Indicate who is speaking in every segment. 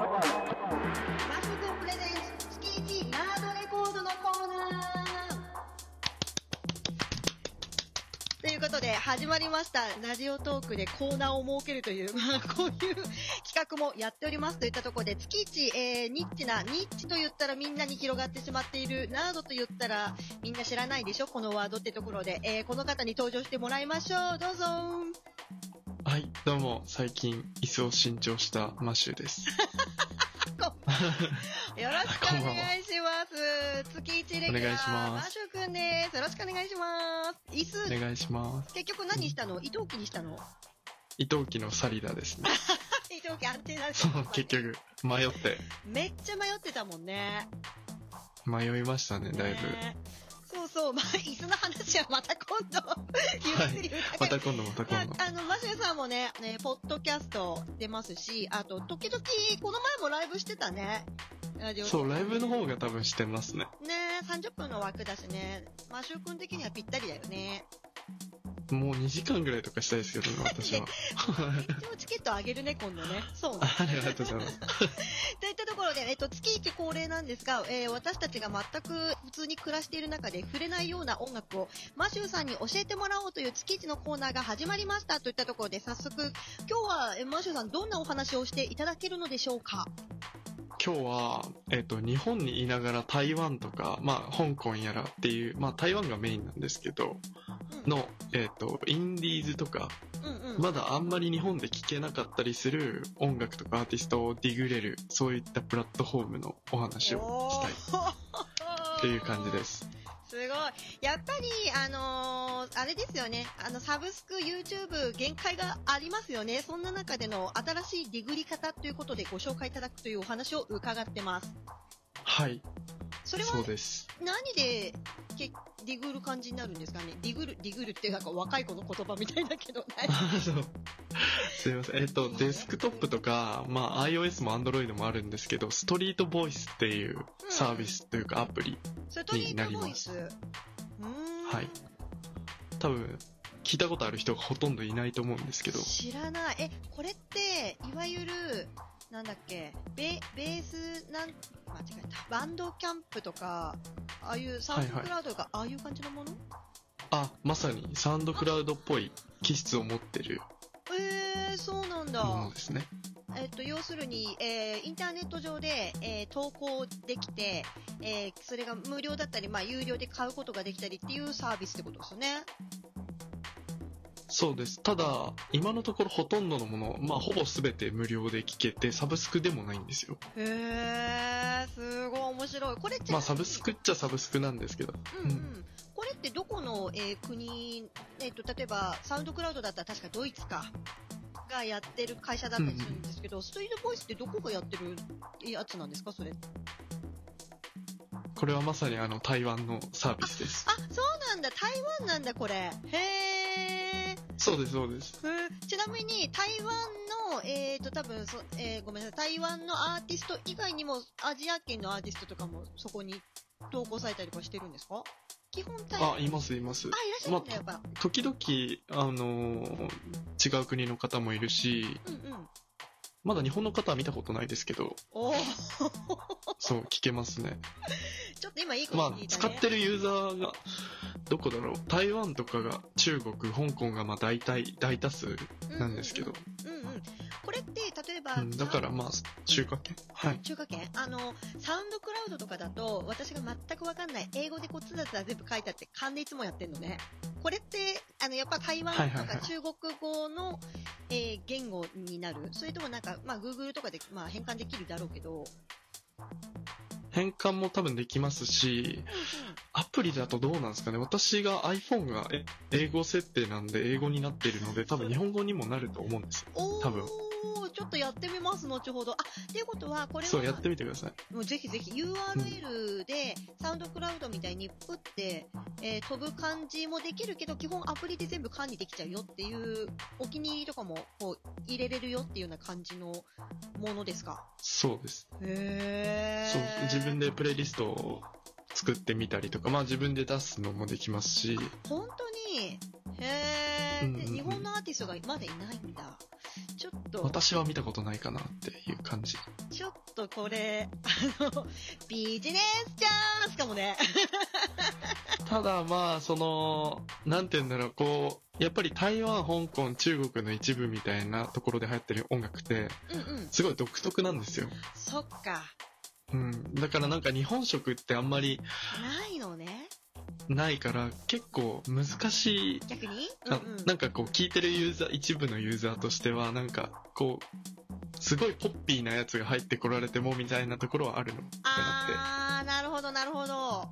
Speaker 1: マッシュ君プレゼンツ月一ナードレコードのコーナーということで始まりましたラジオトークでコーナーを設けるという、まあ、こういう企画もやっておりますといったところで月一、えー、ニッチなニッチと言ったらみんなに広がってしまっているナードと言ったらみんな知らないでしょこのワードってところで、えーこの方に登場してもらいましょうどうぞ
Speaker 2: はい、どうも、最近、椅子を新調したマッシュです。
Speaker 1: よろしくお願いし ます。月一レギュ
Speaker 2: お
Speaker 1: ラ
Speaker 2: 願いし
Speaker 1: ー、
Speaker 2: ます
Speaker 1: マシュくんです。よろしくお願いします。椅
Speaker 2: お
Speaker 1: 子、
Speaker 2: 願いします。
Speaker 1: 結局何したの伊藤機にしたの
Speaker 2: 伊藤家のサリダですね。
Speaker 1: 伊藤機安定だし
Speaker 2: そ。う、結局、迷って、
Speaker 1: めっちゃ迷ってたもんね。
Speaker 2: 迷いましたね、だいぶ。
Speaker 1: ねそうそう、まあ、椅子の話はまた今度、ゆっくり伺い
Speaker 2: また今度、また
Speaker 1: ま
Speaker 2: 今度。
Speaker 1: あ、あの、マシュさんもね、ね、ポッドキャスト出ますし、あと、時々、この前もライブしてたね。ラジオ
Speaker 2: そう、ライブの方が多分してますね。
Speaker 1: ね30分の枠だしね、マシュ君的にはぴったりだよね。
Speaker 2: もう2時間ぐらいとかしたいですけどね、私は。
Speaker 1: 一応チケットあげ るね、今度ね。そうね。
Speaker 2: ありがとうございます。
Speaker 1: といったところで、えっと、月一恒例なんですが、えー私たちが全く普通に暮らしている中で触れないような音楽を、マシューさんに教えてもらおうという月一のコーナーが始まりましたといったところで、早速、今日は、えーマシューさんどんなお話をしていただけるのでしょうか
Speaker 2: 今日は、えっ、と、日本にいながら台湾とか、まあ、香港やらっていう、まあ、台湾がメインなんですけど、
Speaker 1: うん。
Speaker 2: の、えっ、と、インディーズとか、
Speaker 1: うんうん。。
Speaker 2: まだあんまり日本で聴けなかったりする音楽とかアーティストをディグれる、そういったプラットフォームのお話をしたいっていう感じですす。
Speaker 1: すごい。やっぱり、あのーあれですよね。あの、サブスク、YouTube、限界がありますよね。そんな中での新しいディグり方ということでご紹介いただくというお話を伺ってます。
Speaker 2: はい、
Speaker 1: それ
Speaker 2: そう
Speaker 1: は
Speaker 2: です。
Speaker 1: 何でけディグる感じになるんですかねディグる、ディグるってなんか若い子の言葉みたいだ けど、ない
Speaker 2: そうすいません。えっ、と、デスクトップとか、まあ、iOS も Android もあるんですけど、ストリートボイスっていうサービスというかアプリ、
Speaker 1: それトリートボイス。
Speaker 2: に
Speaker 1: うーん。
Speaker 2: はい多分、聞いたことある人がほとんどいないと思うんですけど、
Speaker 1: 知らない。え、これって、いわゆる、なんだっけ、ベ、ベース、なん、間違えた。バンドキャンプとか、ああいうサウンドクラウドが、ああいう感じのもの
Speaker 2: あ、まさにサウンドクラウドっぽい気質を持ってる
Speaker 1: えー、そうなんだ。
Speaker 2: ものですね。
Speaker 1: えっと、要するに、えーインターネット上で、えー投稿できて、えーそれが無料だったり、まあ、有料で買うことができたりっていうサービスってことですよね。
Speaker 2: そうです。ただ、今のところほとんどのもの、まあ、ほぼ全て無料で聞けて、サブスクでもないんですよ。
Speaker 1: へー、すごい面白い。これって、
Speaker 2: まあ、サブスクっちゃサブスクなんですけど。
Speaker 1: うんうん、これってどこの、えー国、えっと例えばサウンドクラウドだったら確かドイツかがやってる会社だったりするんですけど、ストリートボイスってどこがやってるやつなんですかそれ
Speaker 2: これはまさにあの、台湾のサービスです。
Speaker 1: あそうなんだ台湾なんだこれへー
Speaker 2: そうです、そうです。
Speaker 1: ふーちなみに台湾のえっ、と多分そ、えーごめんなさい台湾のアーティスト以外にもアジア圏のアーティストとかもそこに投稿されたりとかしてるんですか基本台湾
Speaker 2: あ、います、います。
Speaker 1: あいらっしゃるんだやっぱ、
Speaker 2: 時々、あのー違う国の方もいるし、
Speaker 1: うんうん
Speaker 2: まだ日本の方は見たことないですけど、
Speaker 1: おー
Speaker 2: そう、聞けますね。
Speaker 1: ちょっと今いいこと
Speaker 2: ま
Speaker 1: 聞
Speaker 2: あ、
Speaker 1: いた
Speaker 2: 使
Speaker 1: ね。
Speaker 2: ってるユーザーが、どこだろう、台湾とかが、中国、香港が、まあ、大体、大多数なんですけど、
Speaker 1: うんうん。これって、例えば、
Speaker 2: うん、だからまあ、中華圏はい。
Speaker 1: 中華圏あの、サウンドクラウドとかだと、私が全くわかんない、英語でこう、つらつら全部書いてあって、勘でいつもやってんのね。これって、あの、やっぱ台湾
Speaker 2: はい
Speaker 1: と
Speaker 2: はい
Speaker 1: か
Speaker 2: はい
Speaker 1: 中国語の、えー言語になるそれともなんか、まあ、Google とかで、まあ、変換できるだろうけど。
Speaker 2: 変換も多分できますし、アプリだとどうなんですかね私が iPhone がえ英語設定なんで英語になってるので、多分日本語にもなると思うんですよ。
Speaker 1: お
Speaker 2: 多分
Speaker 1: ー、ちょっとやってみます、後ほど。あ、っていうことは、これは、
Speaker 2: そう、やってみてください。
Speaker 1: もうぜひぜひ URL で、サウンドクラウドみたいに打って、えー飛ぶ感じもできるけど、基本アプリで全部管理できちゃうよっていう、お気に入りとかもこう入れれるよっていうような感じのものですか。
Speaker 2: そうです。
Speaker 1: へー。
Speaker 2: そう、自分でプレイリストを作ってみたりとか、まあ自分で出すのもできますし、
Speaker 1: 本当にへえ、
Speaker 2: うんうんうん
Speaker 1: で日本のアーティストがまだいないんだちょっと
Speaker 2: 私は見たことないかなっていう感じ。
Speaker 1: ちょっとこれあのビジネスチャンスかもね
Speaker 2: ただまあ、その、なんて言うんだろう、こう、やっぱり台湾、香港、中国の一部みたいなところで流行ってる音楽って、
Speaker 1: うんうん
Speaker 2: すごい独特なんですよ。
Speaker 1: そっか
Speaker 2: うん。だからなんか日本食ってあんまり
Speaker 1: ないのね
Speaker 2: ないから、結構難しい
Speaker 1: 逆にうんう
Speaker 2: ななん
Speaker 1: ん
Speaker 2: かこう聞いてるユーザー一部のユーザーとしてはなんかこうすごいポッピーなやつが入ってこられてもみたいなところはあるの
Speaker 1: あーなるほどなるほど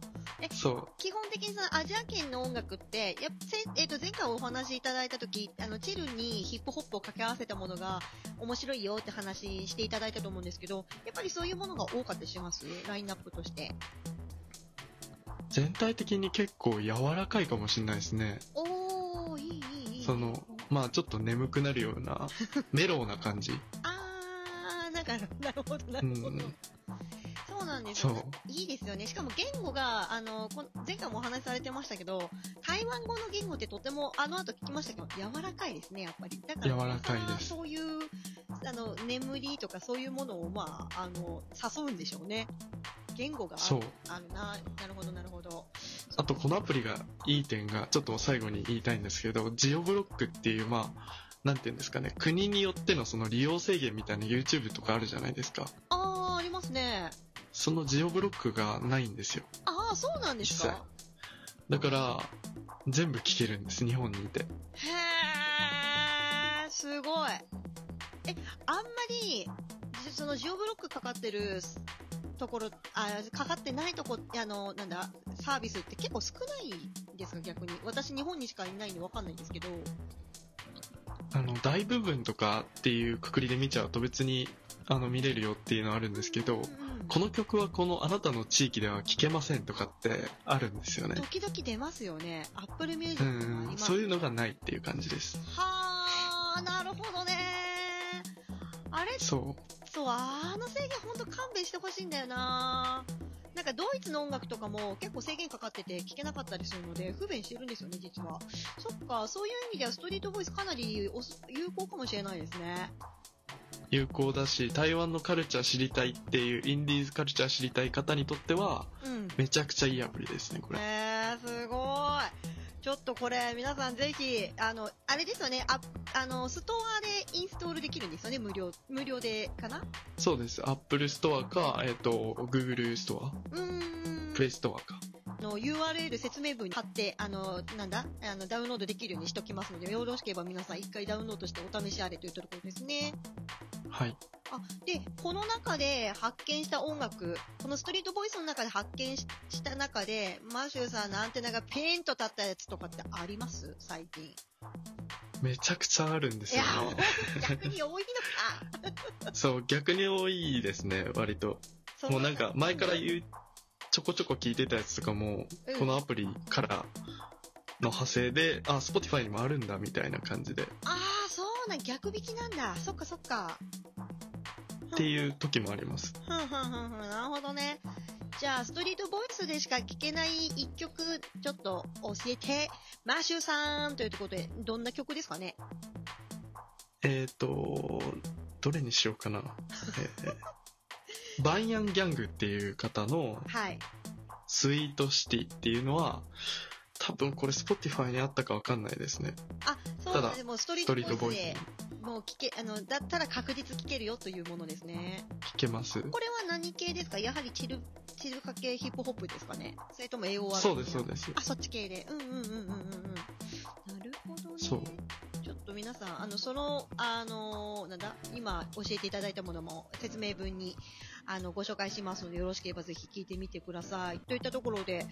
Speaker 2: そ
Speaker 1: 基本的にそのアジア圏の音楽ってやっぱせえっと前回お話しいただいた時あのチルにヒップホップを掛け合わせたものが面白いよって話していただいたと思うんですけどやっぱりそういうものが多かったりしますラインナップとして
Speaker 2: う全体的に結構柔らかいかもしれないですね
Speaker 1: おーいいいいいい
Speaker 2: そのまあちょっと眠くなるようなメロウな感じ
Speaker 1: あーなんか なるほどな
Speaker 2: う
Speaker 1: るほど、
Speaker 2: ん
Speaker 1: そうなんです
Speaker 2: そう
Speaker 1: よいいですよね。しかも言語が、あの、こ前回もお話しされてましたけど、台湾語の言語ってとても、あの後聞きましたけど、柔らかいですね、やっぱり。だから、
Speaker 2: 柔らかいです
Speaker 1: またそういう、あの、眠りとかそういうものを、まあ、あの、誘うんでしょうね。言語があ
Speaker 2: そう
Speaker 1: あるな、なるほど、なるほど。
Speaker 2: あとこのアプリがいい点がちょっと最後に言いたいんですけどジオブロックっていうまあなんていうんですかね国によってのその利用制限みたいな YouTube とかあるじゃないですか
Speaker 1: あー、ありますね。
Speaker 2: そのジオブロックがないんですよ
Speaker 1: あー、そうなんですか。
Speaker 2: だから、全部聞けるんです、日本にいて。
Speaker 1: へー、すごい。え、あんまり、じそのジオブロックかかってるところ、あ、かかってないとこ、あの、なんだ、サービスって結構少ないんですか、逆に。私日本にしかいないんでわかんないんですけど。
Speaker 2: あの、大部分とかっていうくくりで見ちゃうと別に、あの、見れるよっていうのはあるんですけ
Speaker 1: うん
Speaker 2: ど
Speaker 1: う、ん
Speaker 2: この曲はこのあなたの地域では聞けませんとかってあるんですよね。
Speaker 1: 時々出ますよね。アップルミュージ
Speaker 2: う
Speaker 1: ックもあり
Speaker 2: ん、
Speaker 1: ます
Speaker 2: そういうのがないっていう感じです。
Speaker 1: はー、なるほどねあれ
Speaker 2: そ
Speaker 1: そう、あの制限ほんと勘弁してほしいんだよななんかドイツの音楽とかも結構制限かかってて聴けなかったりするので不便してるんですよね、実は。そっか、そういう意味ではストリートボイスかなりおす有効かもしれないですね。
Speaker 2: う、有効だし、台湾のカルチャー知りたいっていう、インディーズカルチャー知りたい方にとっては、
Speaker 1: うん。
Speaker 2: めちゃくちゃいいアプリですね、これ。
Speaker 1: えー、すごい。ちょっとこれ、皆さんぜひ、あの、あれですよね、あ、あの、ストアでインストールできるんですよね、無料、無料でかな
Speaker 2: そうです。Apple ストアか、えっ、と、Google ストア、
Speaker 1: うーん。
Speaker 2: Play ストアか。
Speaker 1: の URL 説明文に貼って、あの、なんだ、あの、ダウンロードできるようにしときますので、よろしければ皆さん一回ダウンロードしてお試しあれといったところですね。
Speaker 2: はい。
Speaker 1: あ、で、この中で発見した音楽、このストリートボイスの中で発見しした中で、マシューさんのアンテナがピーンと立ったやつとかってあります最近。
Speaker 2: めちゃくちゃあるんですよ
Speaker 1: いや
Speaker 2: ね。
Speaker 1: 逆に多いのか。
Speaker 2: そう、逆に多いですね、割と。
Speaker 1: そ
Speaker 2: もうなんか、前から
Speaker 1: う。
Speaker 2: 言う、ちょこちょこ聞いてたやつとかも
Speaker 1: うん、
Speaker 2: このアプリからの派生で、あ、Spotify にもあるんだ、みたいな感じで。っ
Speaker 1: ああ、そうなん、逆引きなんだ。そっかそっか。
Speaker 2: ていう時もあります。
Speaker 1: ふんふんふんふん、なるほどね。じゃあ、ストリートボイスでしか聴けない一曲、ちょっと教えて、マーシューさんということで、どんな曲ですかね
Speaker 2: えっ、ー、と、どれにしようかな。 えーバイアンギャングっていう方の
Speaker 1: はい。
Speaker 2: スイートシティっていうのは、多分これ Spotify にあったかわかんないですね。
Speaker 1: あ、そう
Speaker 2: た
Speaker 1: だ
Speaker 2: だ
Speaker 1: ね。もうストリ
Speaker 2: ストリ
Speaker 1: ー
Speaker 2: ー
Speaker 1: ト
Speaker 2: ト
Speaker 1: ボ
Speaker 2: ボ
Speaker 1: イ
Speaker 2: イ
Speaker 1: ス
Speaker 2: スに
Speaker 1: で、もう聴け、あの、だったら確実聴けるよというものですね。
Speaker 2: 聞けます。
Speaker 1: これは何系ですかやはりチル、チルか系ヒップホップですかねそれとも AOR 的な
Speaker 2: そうです、そうです。
Speaker 1: あ、そっち系で。うんうんうんうんうんうん。なるほどね。
Speaker 2: そう
Speaker 1: ちょっと皆さん、あの、その、あの、なんだ、今教えていただいたものも説明文に、あの、ご紹介しますので、よろしければぜひ聞いてみてください。といったところで、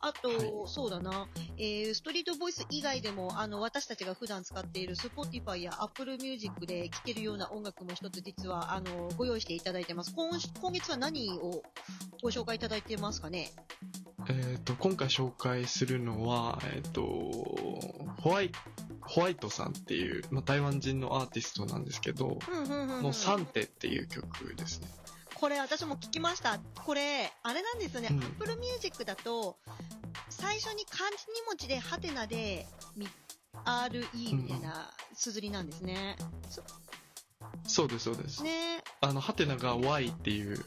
Speaker 1: あと、
Speaker 2: はい
Speaker 1: そうだな、えー、ストリートボイス以外でも、あの、私たちが普段使っている Spotify や Apple Music で聴けるような音楽も一つ実は、あの、ご用意していただいてます。今、今月は何をご紹介いただいてますかね
Speaker 2: えー、と今回紹介するのは、えー、とホワイホワイトさんっていう、まあ、台湾人のアーティストなんですけど
Speaker 1: うんうんうん、うん。
Speaker 2: の「サンテ」っていう曲ですね
Speaker 1: これ私も聞きました。これ、あれなんですよね。
Speaker 2: うん
Speaker 1: Apple Music だと、最初に漢字2文字で、ハテナで、み RE みたいな綴りなんですね。
Speaker 2: そうです、そうです。
Speaker 1: ね
Speaker 2: あの、ハテナが Y っていう、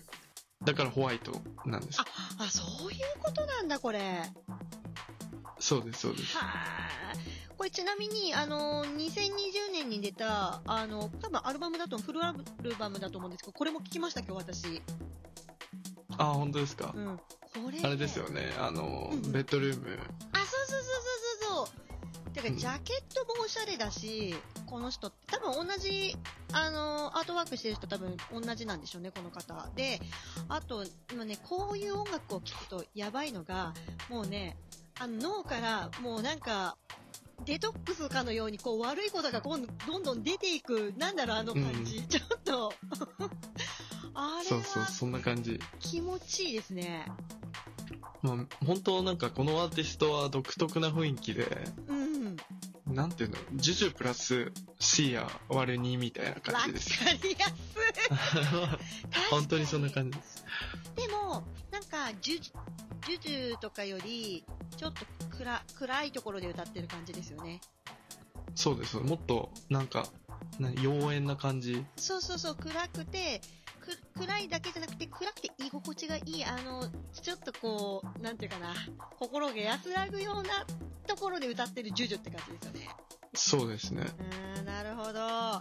Speaker 2: だからホワイトなんです。
Speaker 1: あ、そういうことなんだ、これ。
Speaker 2: そうです、そうです。
Speaker 1: はーこれちなみに、あの、2020年に出た、あの、多分アルバムだと、フルアルバムだと思うんですけど、これも聞きました、今日私。
Speaker 2: あ、本当ですか
Speaker 1: う。ん。これ、
Speaker 2: あれですよ。ね、あの
Speaker 1: うんう、ん
Speaker 2: ベッドルーム。
Speaker 1: あ、そうそうそうそうそうそう。てか、
Speaker 2: うん
Speaker 1: ジャケットもおしゃれだし、この人、多分同じ、あの、アートワークしてる人多分同じなんでしょうね、この方。で、あと、今ね、こういう音楽を聴くとやばいのが、もうね、あの脳から、もうなんか、デトックスかのように、こう、悪いことがこんどんどん出ていく、なんだろう、あの感じ。ちょっ と、あれ
Speaker 2: そうそう、
Speaker 1: は
Speaker 2: そんな感じ。
Speaker 1: 気持ちいいですね。
Speaker 2: まあ、本当なんかこのアーティストは独特な雰囲気で、
Speaker 1: うん。
Speaker 2: なんていうの、ジュジュプラス C や割る2みたいな
Speaker 1: わか
Speaker 2: 感じ
Speaker 1: りや
Speaker 2: ですす。
Speaker 1: い。
Speaker 2: 本当にそんな感じ。
Speaker 1: でも、なんか、ジュジュジュジュとかより、ちょっと暗暗いところで歌ってる感じですよね。
Speaker 2: そうです。もっと、なんか、な妖艶な感じ。
Speaker 1: そうそうそう、暗くて、く暗いだけじゃなくて、暗くて居心地がいい、あの、ちょっとこう、なんていうかな、心が安らぐようなところで歌ってるジュジュって感じですよね。
Speaker 2: そうですね。
Speaker 1: うーん、なるほど。じゃ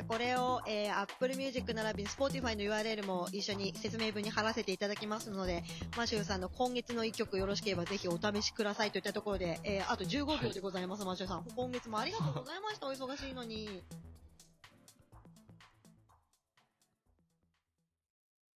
Speaker 1: あこれを、えー、Apple Music 並びに Spotify の URL も一緒に説明文に貼らせていただきますので、マシューさんの今月の一曲よろしければぜひお試しくださいといったところで、えー、あと15秒でございます、マシューさん。今月もありがとうございました。お忙しいのに。